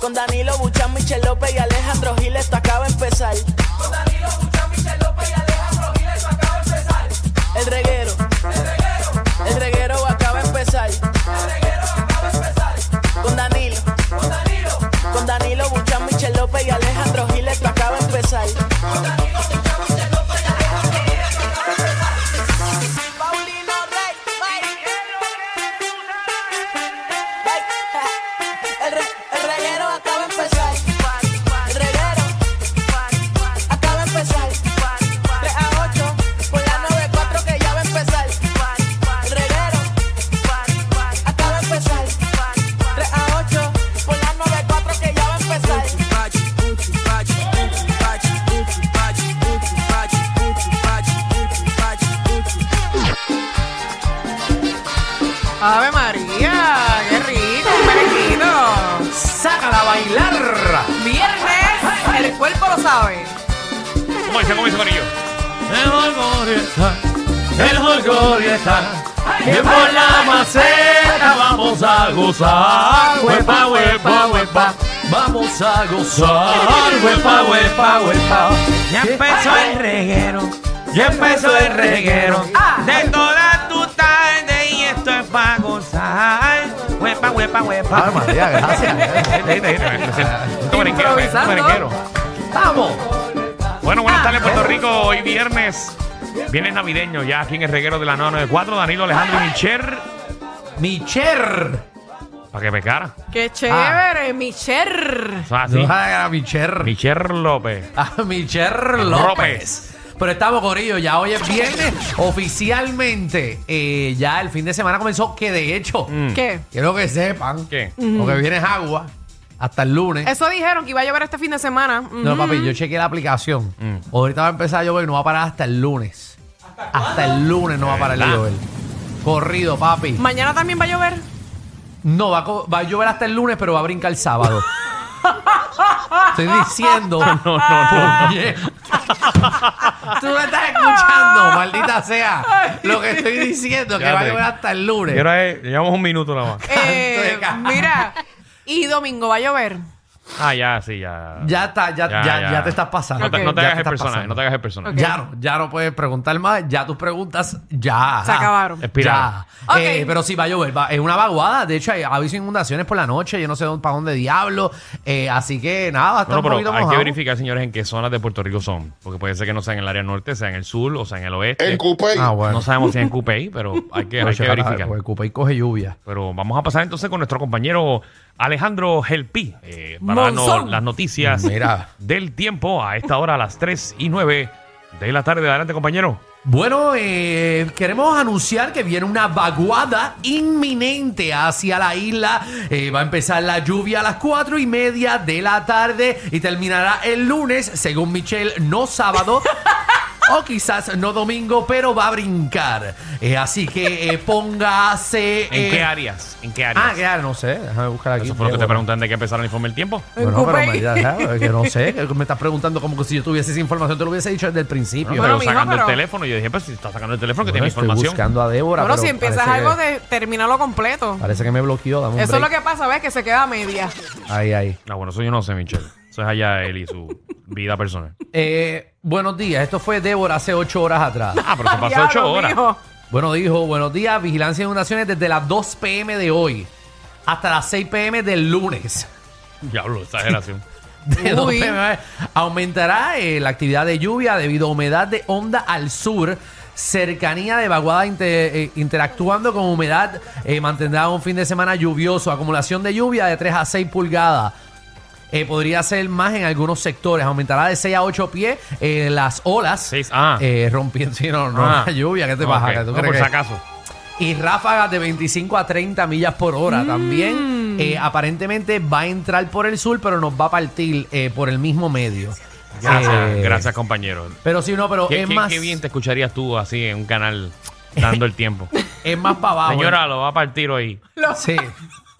Con Danilo Buchan, Michel López y Alejandro Gil, esto acaba de empezar. Con Danilo Buchan, Michel López y Alejandro Gil, esto acaba de empezar. El reguero. El reguero. El reguero acaba de empezar. El reguero acaba de empezar. Con Danilo. Con Danilo. Con Danilo Buchan, Michel López y Alejandro Gil, esto acaba de empezar. Paulino Rey, Rey. El, re, el reguero acaba de empezar. El reguero acaba de empezar. 3 a 8 por la 94 que ya va a empezar. El reguero acaba de empezar. 3 a 8 por la 94 que ya va a empezar. Ave María, qué rico, un merenguito. ¡Sácala a bailar! Viernes, el cuerpo lo sabe. ¿Cómo dice? ¿Cómo dice Corillo? El jolgorio está, el jolgorio está, que por la maceta vamos a gozar. Huepa, huepa, huepa, vamos a gozar. Huepa, huepa, huepa. Ya empezó el reguero, Ah. Ya empezó el reguero. de toda tu tarde y esto es pa' gozar. Huepa, huepa, Ah, huepa. María, gracias. Siento merenguero, me siento merenguero. ¡Vamos! Bueno, Ah. buenas tardes, Puerto Rico. Hoy viernes, viernes navideño, ya aquí en el reguero de la 994. Danilo, Alejandro Ah. y Michelle, ¡Micher! para que pecara. Qué chévere, Michelle. O sea, así. Ah, Micher. Michelle López. a Michelle López. López. Pero estamos, Corillo, ya hoy es viernes. Oficialmente, eh, ya el fin de semana comenzó, que de hecho, ¿Qué? quiero que sepan Mm. ¿Qué? porque vienes agua hasta el lunes. Eso dijeron que iba a llover este fin de semana. No, Ujú. papi, yo chequeé la aplicación. Mm. Ahorita va a empezar a llover y no va a parar hasta el lunes. ¿Hasta, el lunes no va a parar de verdad? llover. Corrido, papi. Mañana también va a llover. No, va a, co- va a llover hasta el lunes, pero va a brincar el sábado. Estoy diciendo. No, no, no. Oye. Tú no estás escuchando, maldita sea. Lo que estoy diciendo, que Ya va a te- llover hasta el Y lunes. ahora es- llevamos un minuto nada más. Eh, ca- mira, y domingo va a llover. Ah, ya, sí, ya. Ya está, ya, ya, ya, te estás pasando. No te, no te Ya hagas el estás personaje, pasando. no te hagas el personaje. Ya no, ya no puedes preguntar más. Ya tus preguntas, ya. Se acabaron. Expirado. Ya. Ok. Eh, pero sí va a llover. va- es una vaguada. De hecho, hay aviso de inundaciones por la noche. Yo no sé dónde, para dónde diablo. Eh, así que nada, va a estar Bueno, un poquito pero hay que mojado. verificar, señores, en qué zonas de Puerto Rico son. Porque puede ser que no sea en el área norte, sea en el sur o sea en el oeste. En Coupé. Ah, bueno. No sabemos si es en Cupey, pero hay que, hay que Ojalá, verificar. Porque Cupey pues, coge lluvia. pues, Pero vamos a pasar entonces con nuestro compañero Alejandro Gelpi eh, para Monzón. darnos las noticias Mira. del tiempo a esta hora, a las 3 y 9 de la tarde. Adelante, compañero. Bueno, eh, queremos anunciar que viene una vaguada inminente hacia la isla. Eh, va a empezar la lluvia a las cuatro y media de la tarde y terminará el lunes, según Michelle, no sábado. O quizás no domingo, pero va a brincar. Eh, así que eh, póngase. ¿En eh, qué áreas? ¿En qué áreas? Ah, qué área, no sé. Déjame buscar aquí. Eso fue lo que te preguntan de que empezaron el informe del tiempo. Bueno, pero Cupey. María, ya, que no sé. que me estás preguntando como que si yo tuviese esa información, te lo hubiese dicho desde el principio. pero mijo, sacando pero- el teléfono, yo dije, pues si está sacando el teléfono, que Bueno, tiene estoy información. buscando a Débora. Bueno, pero si empiezas parece algo, que- de, terminalo completo. Parece que me bloqueó. Dame un Eso es lo break. que pasa, ¿ves? Que se queda a media. Ahí, ahí. Ah, bueno, eso yo no sé, Michelle. Eso es allá él y su vida personal. Eh, buenos días. Esto fue Débora hace ocho horas atrás. Ah, pero se pasó Diablo, 8 horas. mijo. Bueno, dijo, buenos días. Vigilancia de inundaciones desde las 2 p.m. de hoy hasta las 6 p.m. del lunes. Diablo, exageración. de Uy. 2 pm. eh, Aumentará eh, la actividad de lluvia debido a humedad de onda al sur. Cercanía de vaguada inte- eh, interactuando con humedad eh, mantendrá un fin de semana lluvioso. Acumulación de lluvia de 3 a 6 pulgadas. Eh, podría ser más en algunos sectores. Aumentará de 6 a 8 pies eh, las olas. Seis, ah. eh, rompiendo. sí, no, no, Ah. la lluvia, ¿qué te Ok, pasa? ¿Qué tú no, crees por que- si acaso. y ráfagas de 25 a 30 millas por Mm. hora también. Eh, aparentemente va a entrar por el sur, pero nos va a partir eh, por el mismo medio. Gracias, Eh, gracias, compañero. Pero sí, no, pero ¿Qué, es, qué- más, qué bien te escucharías tú así en un canal dando el tiempo? es más para abajo. ¿eh? Señora, lo va a partir hoy. Sí,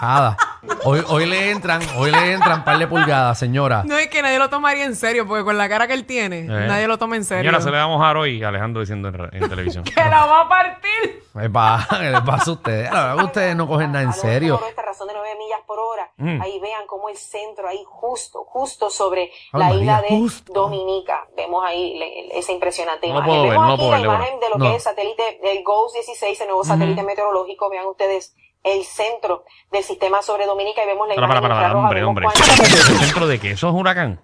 nada. Hoy, hoy le entran, hoy le entran par de pulgadas, señora. No es que nadie lo tomaría en serio, porque con la cara que él tiene, Eh. nadie lo toma en serio. Señora, se le vamos a dar hoy, Alejandro diciendo en, ra- en televisión. ¡Que la va a partir! Es para, les pasa a ustedes. La verdad que ustedes no cogen nada en serio. Esta razón de 9 millas por hora. Mm. Ahí vean cómo el centro, ahí justo, justo sobre Ay, la María, isla de justo. Dominica. Vemos ahí le- esa impresionante No imagen. puedo ver, Vemos no aquí puedo la ver, Débora. imagen de lo No. que es el satélite, el GOES 16, el nuevo satélite meteorológico. Vean ustedes el centro del sistema sobre Dominica y vemos la Para, imagen para, para, para, infrarroja, hombre, vemos hombre. cuánto- ¿Dentro de qué? ¿Eso es un huracán?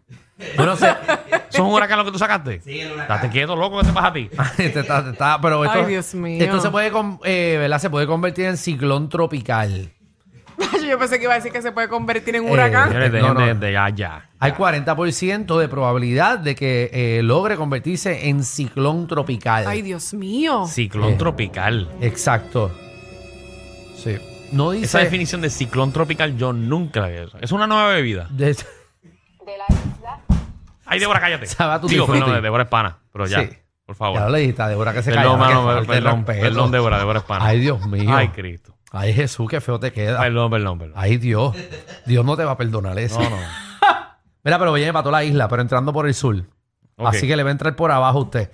Yo no sé. ¿Eso es un huracán lo que tú sacaste? Sí, el huracán. Date quieto, loco, que te pasa a ti. Te Este está- te está- pero esto, Ay, Dios mío. esto se puede, con- eh, ¿verdad? Se puede convertir en ciclón tropical. Yo pensé que iba a decir que se puede convertir en Eh, huracán. Señores, No, dejen no. de, de- ya, ya. Hay 40% de probabilidad de que eh, logre convertirse en ciclón tropical. Ay, Dios mío. Ciclón Eh. tropical. Exacto. Sí. No dice. Esa definición de ciclón tropical yo nunca la había hecho. Es una nueva bebida. de- de la isla. Ay, Débora, cállate. Sabe a tu Digo, disfrute. perdón, Débora es pana, pero ya, Sí. por Ya favor. le dijiste a Débora que se callara, Perdón, que mano, falta de perdón, respeto. perdón, Débora, Débora es pana. Ay, Dios mío. Ay, Ay, Cristo. Jesús, qué feo te queda. Perdón, perdón, perdón. Ay, Dios. Dios no te va a perdonar eso. No, no. Mira, pero viene para toda la isla, pero entrando por el sur. Ok. Así que le va a entrar por abajo a usted.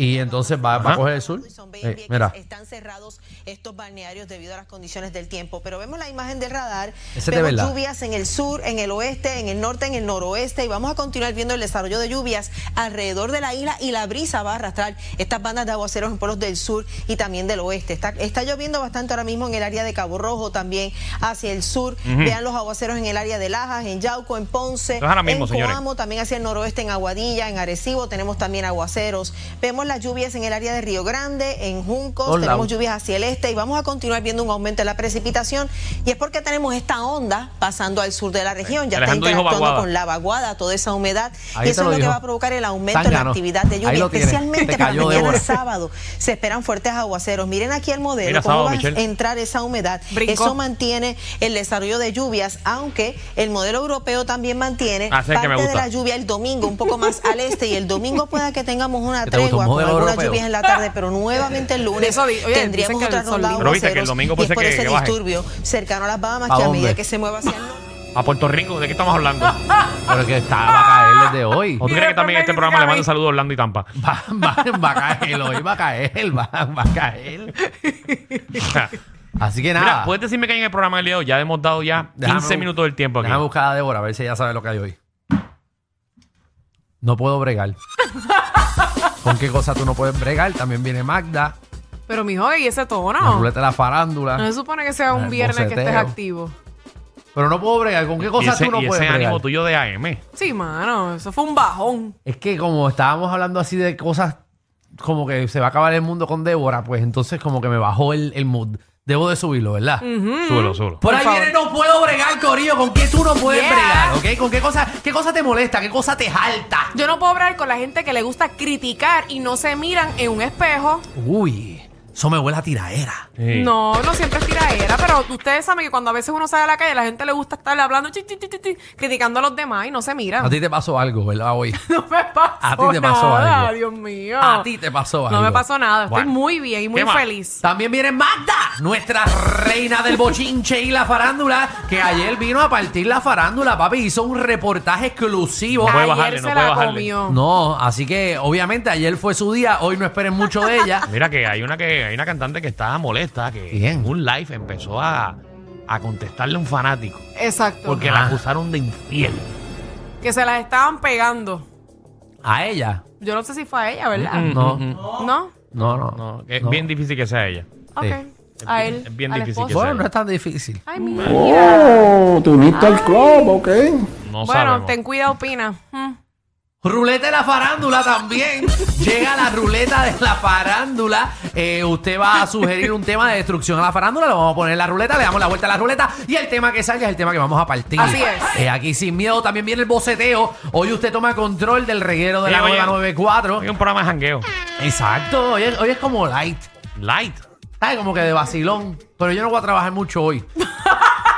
Y entonces va, va a Ajá. coger el sur. Son Eh, Vieques, mira. Están cerrados estos balnearios debido a las condiciones del tiempo. Pero vemos la imagen del radar. Ese es de vemos verdad. lluvias en el sur, en el oeste, en el norte, en el noroeste. Y vamos a continuar viendo el desarrollo de lluvias alrededor de la isla. Y la brisa va a arrastrar estas bandas de aguaceros en pueblos del sur y también del oeste. Está, está lloviendo bastante ahora mismo en el área de Cabo Rojo, también hacia el sur. Vean los aguaceros en el área de Lajas, en Yauco, en Ponce. Entonces, ahora mismo, en señores. Coamo, también hacia el noroeste en Aguadilla, en Arecibo tenemos también aguaceros. Vemos las lluvias en el área de Río Grande, en Juncos, Hola. tenemos lluvias hacia el este y vamos a continuar viendo un aumento de la precipitación y es porque tenemos esta onda pasando al sur de la región, ya Alejandro dijo está interactuando vaguada. con la vaguada, toda esa humedad Ahí y te eso es lo lo que dijo. va a provocar el aumento en Zángano. la actividad de Ahí lluvia, lo tienes. Te especialmente para cayó, mañana Débora. sábado. Se esperan fuertes aguaceros. Miren aquí el modelo, Mira, cómo sábado, va Michelle. a entrar esa humedad. Brincó. Eso mantiene el desarrollo de lluvias, aunque el modelo europeo también mantiene Ah, ese es el que parte me de gusta. la lluvia el domingo, un poco más al este, y el domingo pueda que tengamos una ¿Qué te gusta, un tregua con modelo algunas europeo? lluvias en la tarde, pero nuevamente el lunes Eso di- oye, dicen tendríamos que otra el sol ronda de lindo. Pero viste que el aguaceros, domingo y es puede por que- ese que baje. disturbio cercano a las Bahamas ¿A que a dónde? medida que se mueva hacia el norte. A Puerto Rico, ¿de qué estamos hablando? ¿O Pero que está, va a caer desde hoy. tú crees que también este programa le manda saludos a Orlando y Tampa? Va, va- va a caer hoy, va a caer, va, va a caer. Así que nada. Mira, pues, puedes decirme que hay en el programa del día de hoy. Ya hemos dado ya 15 Déjame bu- minutos del tiempo aquí. Déjame buscar a Débora a ver si ella sabe lo que hay hoy. No puedo bregar. ¿Con qué cosa tú no puedes bregar? También viene Magda, Pero, mijo, ¿y ese la tono? ruleta de la farándula. No se supone que sea El un viernes que estés boceteo. activo. Pero no puedo bregar. ¿Con qué Y cosa ese, tú no y puedes ese bregar? ánimo tuyo de AM. Sí, mano, eso fue un bajón. Es que como estábamos hablando así de cosas como que se va a acabar el mundo con Débora, pues entonces como que me bajó el, el mood. Debo de subirlo, ¿verdad? Mm. Súbelo, súbelo. Por, ahí favor. viene, no puedo bregar, Corillo. ¿Con qué tú no puedes Yeah. bregar? ¿Ok? ¿Con qué cosa, qué cosa te molesta? ¿Qué cosa te jalta? Yo no puedo hablar con la gente que le gusta criticar y no se miran en un espejo. Uy, eso me huele a tiraera. Sí. No, no siempre es tiraera, pero ustedes saben que cuando a veces uno sale a la calle, la gente le gusta estarle hablando, chi, chi, chi, chi, chi, criticando a los demás y no se miran. A ti te pasó algo, ¿verdad? Hoy. no me pasó a ti te pasó nada, algo. Dios mío. A ti te pasó algo. No me pasó nada, estoy Bueno. muy bien y muy ¿Qué más? feliz. También viene Magda, nuestra reina del bochinche y la farándula, que ayer vino a partir la farándula, papi, hizo un reportaje exclusivo. No puede Ayer bajarle, se no la puede bajarle. comió. No, así que obviamente ayer fue su día, hoy no esperen mucho de ella. Mira que hay una que hay una cantante que estaba molesta que ¿Quién? en un live empezó a, a contestarle a un fanático Exacto. porque Ajá. la acusaron de infiel. Que se las estaban pegando. ¿A ella? Yo no sé si fue a ella, ¿verdad? No, ¿No? no, no. No, que es no. bien difícil que sea ella. Ok. Sí. A bien- él. es bien al difícil que esposo. Bueno, no es tan difícil. Ay, mira. Oh, te uniste al club, ok. bueno, No sabemos. ten cuidado, opina. Mm. Ruleta de la farándula también. Llega la ruleta de la farándula. Eh, usted va a sugerir un tema de destrucción a la farándula. Lo vamos a poner en la ruleta, le damos la vuelta a la ruleta. Y el tema que salga es el tema que vamos a partir. Así es. Eh, aquí sin miedo también viene el boceteo. Hoy usted toma control del reguero de la Oye, oye. 994. Hay un programa de jangueo. Exacto. Hoy es, hoy es como light. Light. ¿Sabes? Como que de vacilón. Pero yo no voy a trabajar mucho hoy.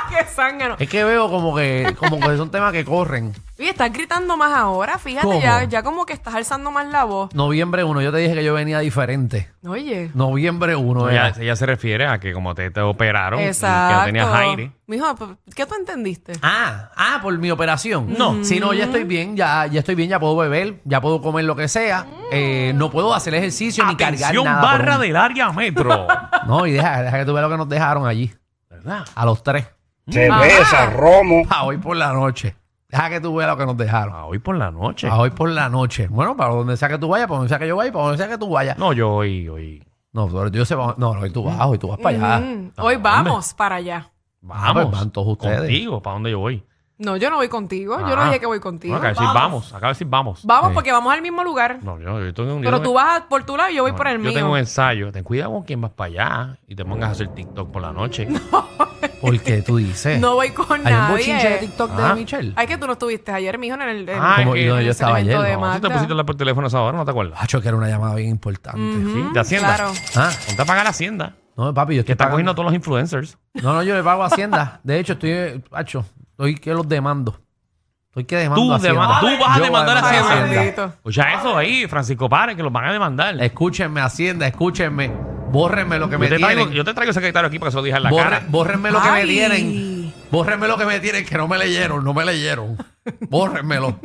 Qué zángano. Eh. Es que veo como que, como que son temas que corren. Oye, estás gritando más ahora, fíjate, ¿Cómo? ya, ya como que estás alzando más la voz. Noviembre 1, yo te dije que yo venía diferente. Oye. Noviembre 1, Ella, era. ella se refiere a que como te, te operaron, y Exacto. que no tenías aire. Mijo, pues, ¿qué tú entendiste? Ah, ah, por mi Mm. operación. No. Si no, ya estoy bien, ya, ya estoy bien, ya puedo beber, ya puedo comer lo que sea. Mm. Eh, no puedo hacer ejercicio ni cargar Atención nada. por barra un- del área metro. No, y deja, deja que tú veas lo que nos dejaron allí. ¿Verdad? A los tres. Cerveza, romo. A hoy por la noche. Deja que tú veas lo que nos dejaron. Ah, hoy por la noche. A hoy por la noche. Bueno, para donde sea que tú vayas, para donde sea que yo vaya, para donde sea que tú vayas. No, yo hoy, hoy. No, pero yo sé, no, hoy tú vas, hoy tú vas para Ah, allá. Mm, Hoy vamos para allá. Vamos, Vamos. Ah, pues, van todos ustedes. Contigo, ¿para dónde yo voy? No, yo no voy contigo. Yo no Ah. dije que voy contigo. No, acaba de decir vamos. Acaba de decir vamos. Vamos porque vamos al mismo lugar. No, yo, yo tengo un- yo Pero tengo- tú vas por tu lado y yo voy no, por el yo mío. tengo un ensayo. Ten cuidado con quién vas para allá y te pongas a hacer TikTok por la noche. Porque tú dices. No voy con Hay un bochinche de nadie. TikTok de Ah. Michelle. Ay, que tú no estuviste ayer, mijo, en el... en- Ah, Como- que- no, yo el estaba ayer. segmento de No. Magda. No, tú te pusiste a hablar por teléfono a esa hora, ¿no te acuerdas? Hacho, que era una llamada bien importante. Mm. Sí, de Hacienda. claro. Ah, Ponte a pagar la Hacienda. no, papi, yo Que estoy está pagando- cogiendo a todos los influencers. No, no, yo le pago a Hacienda. De hecho, estoy, eh, Hacho, estoy que los demando. Estoy que demando Tú a Hacienda. dema- tú vas a Yo voy demandar a demandar Ay, Hacienda. bendito. Escucha eso ahí, Francisco Párez, que los van a demandar. Escúchenme, Hacienda, escúchenme. Bórrenme lo que me yo, te traigo, tienen. yo te traigo el secretario aquí para que se lo dije en la Borre- cara. bórrenme lo que me Ay. tienen. Bórrenme lo que me tienen, que no me leyeron, no me leyeron. Bórrenmelo.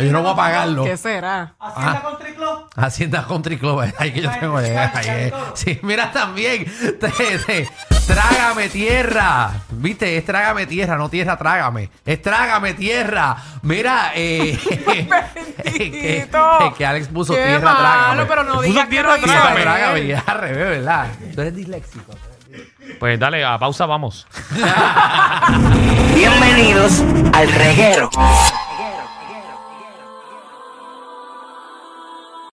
Yo no voy a pagarlo. ¿Qué será? Hacienda Country Club. Hacienda Country Club. Ahí que yo tengo que llegar, ahí, eh. Sí, mira también. Te- te- trágame tierra. Viste, es trágame tierra, no tierra, trágame. Es trágame tierra. Mira, eh, que, Bendito. que Alex puso Qué tierra, trágame. malo, pero no ¿eh? Puso digas que tierra, lo hizo Tierra, Trágame. trágame, ayer. y es al revés, ¿verdad? Tú eres disléxico. Pues dale, a pausa vamos. Bienvenidos al reguero.